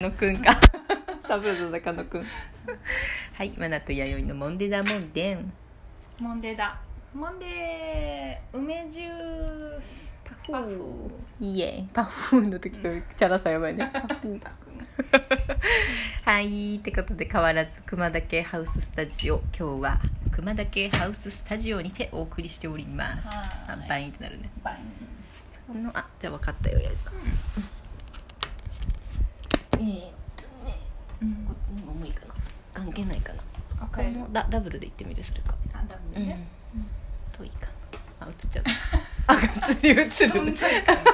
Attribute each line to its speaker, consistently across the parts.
Speaker 1: のくんか サブの中のくんはいマナと弥生のモンデダモンデン
Speaker 2: モンデだモンデー梅ジュースパフ
Speaker 1: パフイエーパフーの時とチャラさやばいねパフーはいってことで変わらず熊岳ハウススタジオ今日は熊岳ハウススタジオにてお送りしております
Speaker 2: は
Speaker 1: あ
Speaker 2: ーい
Speaker 1: バインってなるね
Speaker 2: バイ
Speaker 1: このあじゃあ分かったよやじさん、えーっとね
Speaker 2: ンうん
Speaker 1: こっちの方もいいかな関係ないかなこ
Speaker 2: わか
Speaker 1: れ
Speaker 2: る
Speaker 1: もダダブルで行ってみるそれか
Speaker 2: あダブルねうん
Speaker 1: 遠いかなあ映っ ちゃったあ映る映る
Speaker 2: 存在感が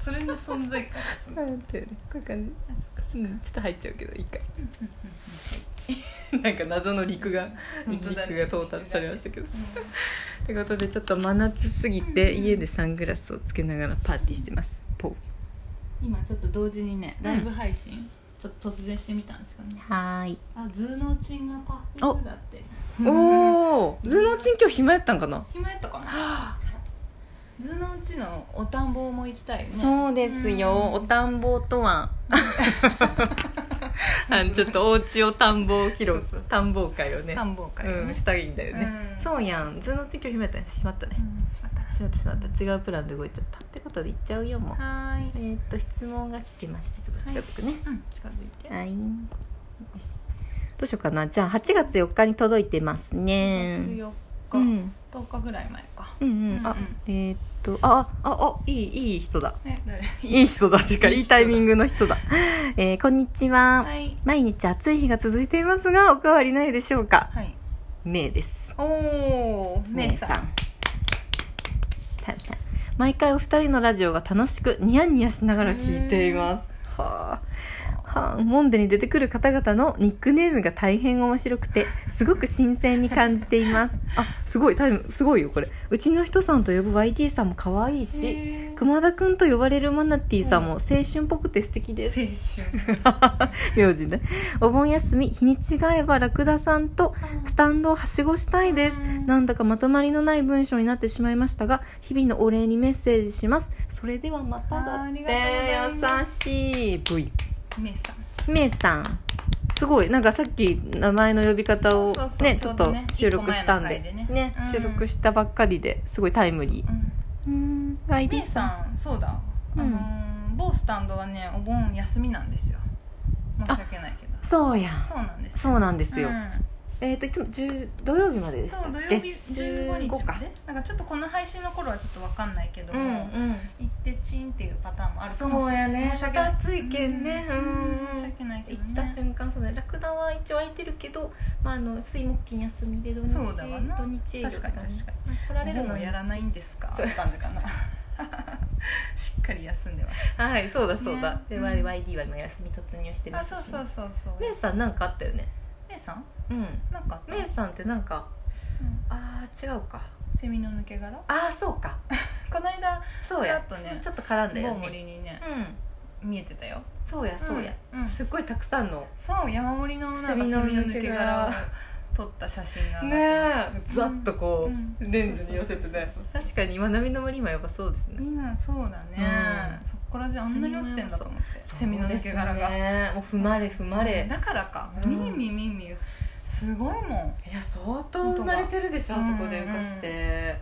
Speaker 2: それの存在感がすごい
Speaker 1: あなんていうのこういう感じ
Speaker 2: あそっかそっか
Speaker 1: うんちょっと入っちゃうけどいいかなんか謎の陸が
Speaker 2: 本
Speaker 1: 陸
Speaker 2: 当
Speaker 1: が
Speaker 2: だね
Speaker 1: 到達されましたけど
Speaker 2: うん
Speaker 1: ということでちょっと真夏すぎて家でサングラスをつけながらパーティーしてますポー
Speaker 2: 今ちょっと同時にね
Speaker 1: ん
Speaker 2: ライブ配信、ちょっと突然してみたんですけどね
Speaker 1: はーい
Speaker 2: あズーのチンがパフォームだって
Speaker 1: おお頭脳鎮今日暇やったんかな
Speaker 2: 暇やったかな図のうちのお田んぼも行きたいよね
Speaker 1: そうですよ、お
Speaker 2: ん
Speaker 1: 田んぼと はあのちょっとおうちお田んぼ
Speaker 2: そう
Speaker 1: 広
Speaker 2: そうそう
Speaker 1: 田んぼ会をね
Speaker 2: 田んぼ会よ
Speaker 1: う
Speaker 2: ね
Speaker 1: ん、したいんだよね、
Speaker 2: うん
Speaker 1: そうやん頭脳鎮今日暇やったねしまったね、
Speaker 2: うんしまったな
Speaker 1: しまったしまった違うプランで動いちゃったってことで行っちゃうよもう
Speaker 2: はーい
Speaker 1: えーっと質問が来てましてちょっと近づくね
Speaker 2: うん近づいて
Speaker 1: はい、よしどうしようかなじゃあ8月4日に届いてますね
Speaker 2: 4日、
Speaker 1: うん、
Speaker 2: 10日ぐらい前か
Speaker 1: うんうんあえーっとあああいいいい人だ
Speaker 2: ね誰
Speaker 1: いい人だっていうか、
Speaker 2: いい人だ
Speaker 1: いいタイミングの人だ。えーこんにちは。
Speaker 2: はい
Speaker 1: 毎日暑い日が続いていますが、お変わりないでしょうか。
Speaker 2: はい
Speaker 1: めいです。
Speaker 2: おおめいさん
Speaker 1: ん。たんたん毎回お二人のラジオが楽しく、ニヤニヤしながら聞いています。はあ、はあ、モンデに出てくる方々のニックネームが大変面白くてすごく新鮮に感じています あすごいタイムすごいよこれうちの人さんと呼ぶ YT さんも可愛いし、
Speaker 2: へー
Speaker 1: 熊田くんと呼ばれるマナティーさんも青春っぽくて素敵です 名字ねお盆休み日にちが合えばラクダさんと
Speaker 2: 青春
Speaker 1: スタンドをはしごしたいです
Speaker 2: うん
Speaker 1: なんだかまとまりのない文章になってしまいましたが日々のお礼にメッセージしますそれではまただ
Speaker 2: あーあ
Speaker 1: っ
Speaker 2: り
Speaker 1: て
Speaker 2: がとうございま
Speaker 1: 優しい V
Speaker 2: めいさん
Speaker 1: めいさんすごいなんかさっき名前の呼び方を
Speaker 2: そうそうそう
Speaker 1: ね
Speaker 2: ち
Speaker 1: ちょ
Speaker 2: ょう
Speaker 1: っ
Speaker 2: ど
Speaker 1: と
Speaker 2: ね
Speaker 1: 収録したんで
Speaker 2: 一個前の回でね
Speaker 1: ね
Speaker 2: うん
Speaker 1: 収録したばっかりですごいタイムリー
Speaker 2: うん
Speaker 1: うん
Speaker 2: めい
Speaker 1: YD さん
Speaker 2: さんそうだ、
Speaker 1: うん
Speaker 2: あのー某スタンドはねお盆休みなんですよ申し訳ないけど
Speaker 1: そうやん
Speaker 2: そうなんです
Speaker 1: そうなんですよ、
Speaker 2: うん
Speaker 1: えっ、といつも10土曜日まででし
Speaker 2: そ
Speaker 1: た
Speaker 2: う
Speaker 1: っ
Speaker 2: 土曜
Speaker 1: け
Speaker 2: 日15日ま
Speaker 1: か
Speaker 2: でなんかちょっとこの配信の頃はちょっとわかんないけど
Speaker 1: う
Speaker 2: も、
Speaker 1: んうん
Speaker 2: 行ってチンっていうパターンもあるかもしれない
Speaker 1: そうやね
Speaker 2: 申し訳ない
Speaker 1: また暑いけんね
Speaker 2: うん
Speaker 1: うん
Speaker 2: 申し訳ないけ
Speaker 1: 行
Speaker 2: ど、ね、
Speaker 1: った瞬間そうだねラクダは一応空いてるけど、まあ、あの水木金休みで土日
Speaker 2: そうだわな
Speaker 1: 土日営業
Speaker 2: 確かに確か
Speaker 1: に来られ
Speaker 2: に
Speaker 1: る
Speaker 2: も
Speaker 1: の
Speaker 2: うやらないんですかっ
Speaker 1: そ
Speaker 2: て
Speaker 1: う
Speaker 2: 感じかな しっかり休んでます
Speaker 1: はいそうだそうだ、
Speaker 2: ね
Speaker 1: で、
Speaker 2: うん
Speaker 1: YD は今休み突入して
Speaker 2: あ
Speaker 1: ますし
Speaker 2: そうそうそうそう
Speaker 1: 姉さんなんかあったよね
Speaker 2: 姉さん
Speaker 1: うん
Speaker 2: なんかあった
Speaker 1: 姉さんってなんか
Speaker 2: うん
Speaker 1: あー違うか
Speaker 2: セミの抜け殻
Speaker 1: ああそうか
Speaker 2: この間
Speaker 1: そうや
Speaker 2: ふらっとね
Speaker 1: ちょっと絡んだよ
Speaker 2: 某
Speaker 1: ね
Speaker 2: 森にね
Speaker 1: うん
Speaker 2: 見えてたよ
Speaker 1: そうやそうや、
Speaker 2: うんうん
Speaker 1: すっごいたくさんの
Speaker 2: そう山盛りのなんかセ
Speaker 1: セ
Speaker 2: ミ
Speaker 1: ミ
Speaker 2: の
Speaker 1: の
Speaker 2: 抜
Speaker 1: 抜
Speaker 2: け
Speaker 1: け殻
Speaker 2: 殻を撮った写真が上
Speaker 1: ね
Speaker 2: がっ
Speaker 1: え
Speaker 2: てました
Speaker 1: ざっとこ
Speaker 2: うん
Speaker 1: うレンズに寄せて
Speaker 2: そうそう
Speaker 1: ね
Speaker 2: そうそう
Speaker 1: 確かに今波の森今やっぱそうですね
Speaker 2: 今そうだね、
Speaker 1: うん
Speaker 2: そこら中あんなに落ちてんだと思ってセミの抜け殻が、
Speaker 1: そうですねもう踏まれ踏まれ
Speaker 2: だからか、
Speaker 1: うん
Speaker 2: ミンミンミンミンすごいもん
Speaker 1: いや相当踏まれてるでしょあそこで浮かして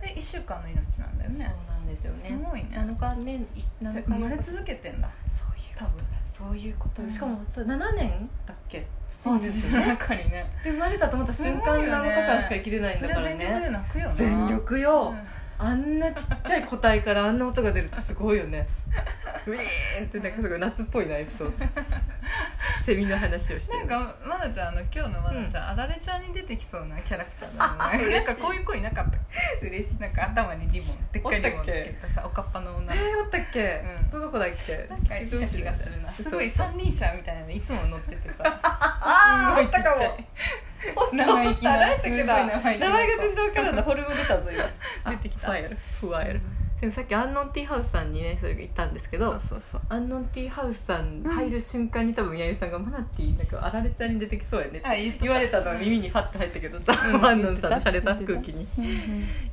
Speaker 2: で1週間の命なんだよ
Speaker 1: そう
Speaker 2: ね
Speaker 1: なんですよ
Speaker 2: す
Speaker 1: ね
Speaker 2: ごいね
Speaker 1: 7日ねい7
Speaker 2: じ
Speaker 1: 日
Speaker 2: ゃあ生まれ続けてんだ
Speaker 1: そういう
Speaker 2: 多分
Speaker 1: そういうこと
Speaker 2: うん
Speaker 1: しかもそう7年だっけ土
Speaker 2: そう
Speaker 1: に
Speaker 2: 土
Speaker 1: す
Speaker 2: の
Speaker 1: ね
Speaker 2: 中にね
Speaker 1: で生まれたと思った瞬
Speaker 2: す
Speaker 1: 間
Speaker 2: ごいよ
Speaker 1: 7
Speaker 2: ね
Speaker 1: 日間しか生きれないん
Speaker 2: そ
Speaker 1: だ
Speaker 2: れ
Speaker 1: か
Speaker 2: は
Speaker 1: ら
Speaker 2: 全力で
Speaker 1: ね
Speaker 2: 泣くよな
Speaker 1: 全力よ
Speaker 2: うん
Speaker 1: あんなちっちゃい個体からあんな音が出るってすごいよねウィーンってなんかすごい夏っぽいなエピソー ドセミの話をして
Speaker 2: な
Speaker 1: る
Speaker 2: んかまなちゃんあの今日のまなちゃん、あられちゃんに出てきそうなキャラクタ ーだよねなんかこういう子いなかった
Speaker 1: 嬉しい
Speaker 2: なんか頭にリボンでっかいリボンつけたさおかっぱの女
Speaker 1: え
Speaker 2: の子
Speaker 1: ー、おったっけ、
Speaker 2: う
Speaker 1: ど
Speaker 2: ん
Speaker 1: の子だっけ
Speaker 2: なんかいた気がするなすごい
Speaker 1: そう
Speaker 2: 三輪車みたいなのいつも乗っててさ
Speaker 1: あー
Speaker 2: すごいちっち
Speaker 1: あ
Speaker 2: ゃ
Speaker 1: ったか
Speaker 2: い
Speaker 1: おった
Speaker 2: 生
Speaker 1: お
Speaker 2: 意
Speaker 1: っ
Speaker 2: 気な
Speaker 1: たあれだけど
Speaker 2: すごい生意気な
Speaker 1: 名前が全然わからんないホルモン出たぞ今
Speaker 2: 出てきた
Speaker 1: あふわやるふわやるでもさっきアンノンティーハウスさんにねそれが行ったんですけ
Speaker 2: そ
Speaker 1: ど
Speaker 2: うそうそう
Speaker 1: アンノンティーハウスさん入る瞬間に多分八重さんが「マナティーなんかあられちゃんに出てきそうやね」っ
Speaker 2: あ言っててた
Speaker 1: 言われたのは耳にファッと入ったけどさ、
Speaker 2: うん
Speaker 1: アンノンさんの洒落た
Speaker 2: 言ってた
Speaker 1: 空気に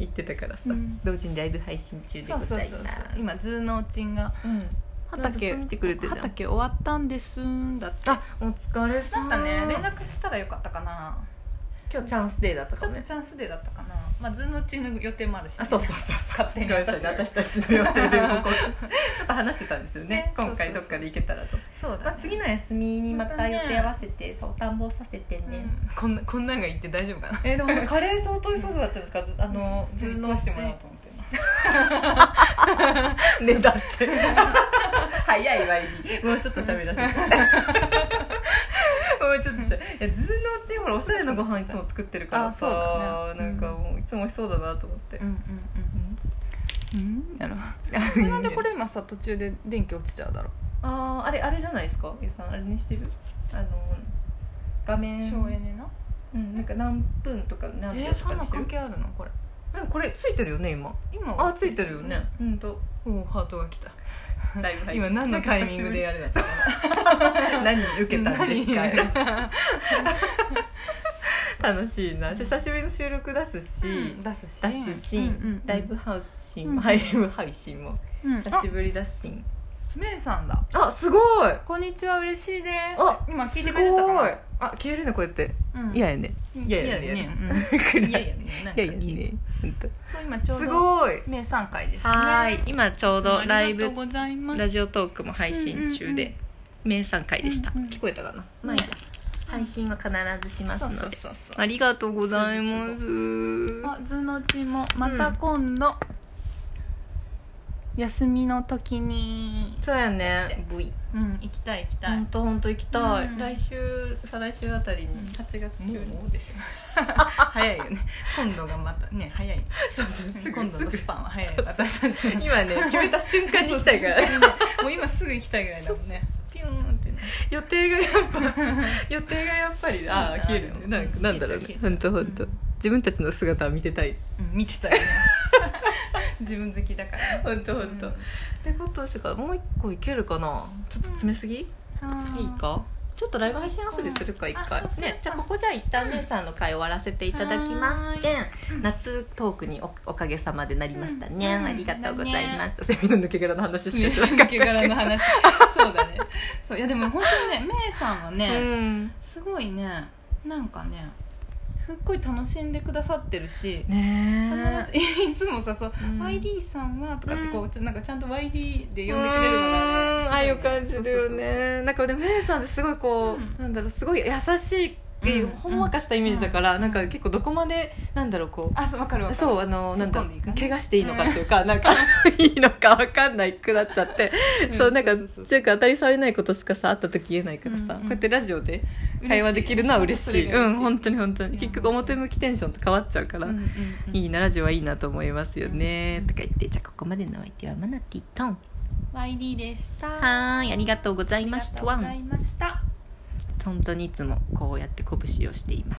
Speaker 1: 行ってたからさ、
Speaker 2: うん
Speaker 1: 同時にライブ配信中で
Speaker 2: そ
Speaker 1: ご
Speaker 2: うそう
Speaker 1: ざ
Speaker 2: そう
Speaker 1: い
Speaker 2: そう
Speaker 1: ます
Speaker 2: 今ズーのおちんが
Speaker 1: うん
Speaker 2: 「
Speaker 1: ずっと見てくれてたよ
Speaker 3: 畑終わったんですんだって
Speaker 1: あお疲れ
Speaker 2: だ
Speaker 1: さ
Speaker 2: っ
Speaker 1: ん
Speaker 2: たね連絡したらよかったかな
Speaker 1: 今日チャンスデーだった
Speaker 2: ち
Speaker 1: か
Speaker 2: ょ
Speaker 1: も
Speaker 2: っと
Speaker 1: ね
Speaker 2: チャンスデーだったかなまあズーム中の予定もあるし、
Speaker 1: あそうそうそうそう
Speaker 2: 勝手に
Speaker 1: ごめんなさい
Speaker 2: 私
Speaker 1: 私たちの予定で動こ うとしてちょっと話してたんですよね
Speaker 2: ね
Speaker 1: 今回
Speaker 2: そ
Speaker 1: ど
Speaker 2: う
Speaker 1: っ
Speaker 2: そ
Speaker 1: か
Speaker 2: うそう
Speaker 1: で行けたらと、
Speaker 2: そう
Speaker 1: ま
Speaker 2: だ、
Speaker 1: あ、
Speaker 2: ね、
Speaker 1: 次の休みにま
Speaker 2: また
Speaker 1: た
Speaker 2: ね
Speaker 1: 予定合わせて、そう探訪させてね、こ
Speaker 2: うん
Speaker 1: んなこんなんが言って大丈夫かな えでもカレー相当忙しそうだったんですかあの
Speaker 2: ズームをしてもらおうと思って
Speaker 1: ねだって 早いわいにもうちょっと喋らせてもうちょっとじゃいや図のうちほらおしゃれなご飯いつも作ってるからさ、
Speaker 2: あそうだね
Speaker 1: なんかもういつも美味しそうだなと思って、
Speaker 2: んうん
Speaker 3: うんやろ
Speaker 2: うんなんでこれ今さ途中で電気落ちちゃうだろ
Speaker 1: あああれあれじゃないですかゆうさんあれにしてるあの画面
Speaker 2: 省エネな
Speaker 1: うん、なんか何分とか何
Speaker 2: え
Speaker 1: 秒
Speaker 2: ー、
Speaker 1: と
Speaker 2: そ
Speaker 1: か
Speaker 2: んな
Speaker 1: してる
Speaker 2: 関、係あるのこれ
Speaker 1: なんかこれついてるよね今
Speaker 2: 今は
Speaker 1: あついてるよねうんと
Speaker 2: おおハートが 来た
Speaker 1: ライブ配信
Speaker 3: 今何のタイミングでやるやつ
Speaker 1: 何受けたんですか
Speaker 3: 何
Speaker 1: 楽しいな久しぶりの収録出すし、
Speaker 2: 出すし
Speaker 1: 出すシーン、ライブハウスシーンも、
Speaker 3: うん
Speaker 1: ライブ配信も久
Speaker 2: 久
Speaker 1: し
Speaker 2: しぶ
Speaker 1: ぶりだしシーン
Speaker 2: りめいさんだ
Speaker 1: あすごい
Speaker 2: こんにちは嬉しいです
Speaker 1: あ
Speaker 2: 今聞いてくれたか
Speaker 1: すごいあ消えるねこうやって
Speaker 2: なうん
Speaker 1: 嫌、やね
Speaker 2: うん
Speaker 1: 嫌やね
Speaker 2: 嫌や ねうん
Speaker 1: い
Speaker 2: 嫌
Speaker 1: や
Speaker 2: や
Speaker 1: い
Speaker 2: ねなんか
Speaker 1: や
Speaker 2: 聞いて
Speaker 1: ねほんと
Speaker 2: そう今ちょう
Speaker 1: す
Speaker 2: ど
Speaker 1: ごい
Speaker 2: 名産会ですね
Speaker 1: はーい今ちょうどライ
Speaker 2: いつもありがと
Speaker 1: ブ
Speaker 2: うございます
Speaker 1: ラジオトークも配信中
Speaker 2: うんう
Speaker 1: で名産会でした、
Speaker 2: うんうん
Speaker 1: 聞こえたかな、
Speaker 2: まあいいや
Speaker 1: 配信は必ずしま
Speaker 2: そうそうそうそう
Speaker 1: ありがとうございます
Speaker 2: あ図のうちもまた今度、休みの時に
Speaker 1: そうやね V
Speaker 2: うん行きたい行きたい、
Speaker 1: 本当本当行きたい、
Speaker 2: うん
Speaker 1: 来週再来週あたりに、
Speaker 2: 8月中もうでしょ早いよね今度がまたね早い
Speaker 1: そうそう
Speaker 2: 今度のスパンは早
Speaker 1: そ
Speaker 2: い
Speaker 1: うそう
Speaker 2: 私たちの
Speaker 1: 今 ね決めた瞬間に行きたいから
Speaker 2: ねもう今すぐ行きたいぐらいだもんねピューンってね
Speaker 1: 予定がやっぱ 予定がやっぱりああ消えるねなんかなんだろうね
Speaker 2: 消えちゃう
Speaker 1: 本当本当
Speaker 2: うん
Speaker 1: 自分たちの姿を見てたい
Speaker 2: うん見てたよね 自分好きだからね
Speaker 1: 本当本当、
Speaker 2: う
Speaker 1: っ
Speaker 2: ん
Speaker 1: てことをしてからもう一個いけるかなちょっと詰めすぎ、いいかちょっとライブ配信遊びするか一回
Speaker 2: あそうする
Speaker 1: ねじゃあここじゃあ一旦メイさんの回終わらせていただきまして
Speaker 2: うん
Speaker 1: 夏トークにおおかげさまでなりましたね、
Speaker 2: うん
Speaker 1: ありがとうございました、セミの抜け殻の話し
Speaker 2: 爪
Speaker 1: か
Speaker 2: し
Speaker 1: しな
Speaker 2: 抜
Speaker 1: かった
Speaker 2: け
Speaker 1: け
Speaker 2: 柄の
Speaker 1: ど
Speaker 2: 話そうだねそういやでも本当にねめいさんはね、
Speaker 1: うん
Speaker 2: すごいねなんかねすっごい楽しんでくださってるし
Speaker 1: ねえ
Speaker 2: 必ずいつもさそう、
Speaker 1: うん
Speaker 2: YD さんは」とかってこう、
Speaker 1: うん
Speaker 2: ちょなんかちゃんと YD で呼んでくれるのがね
Speaker 1: うーんああいう感じだよねなんかでもメイさんってすごいこう、
Speaker 2: うん
Speaker 1: なんだろうすごい優しい、
Speaker 2: うん
Speaker 1: ほんわかしたイメージだから、なんか結構どこまでなんだろうこう
Speaker 2: そうそうそうあそうわかるわかる
Speaker 1: そうあのなんだ
Speaker 2: 突っ込んでいいかね
Speaker 1: 怪我していいのかっていうか、なんかいいのか分かんないくなっちゃって、
Speaker 2: うん
Speaker 1: そうなんか
Speaker 2: そうそう
Speaker 1: 強く当たり障りないことしかさあった時言えないからさ、
Speaker 2: うんうん
Speaker 1: こうやってラジオで会話できるのは嬉しいうん本当に本当に結局表向きテンションと変わっちゃうから、いい
Speaker 2: い
Speaker 1: なラジオはいいなと思いますよね、
Speaker 2: うん
Speaker 1: とか言ってじゃあここまでのお相手はマナティトン
Speaker 2: YD でした
Speaker 1: はーいありがとうござ
Speaker 2: あ
Speaker 1: い
Speaker 2: り
Speaker 1: ま
Speaker 2: が
Speaker 1: し
Speaker 2: と
Speaker 1: た
Speaker 2: うございました
Speaker 1: 本当にいつもこうやって拳をしています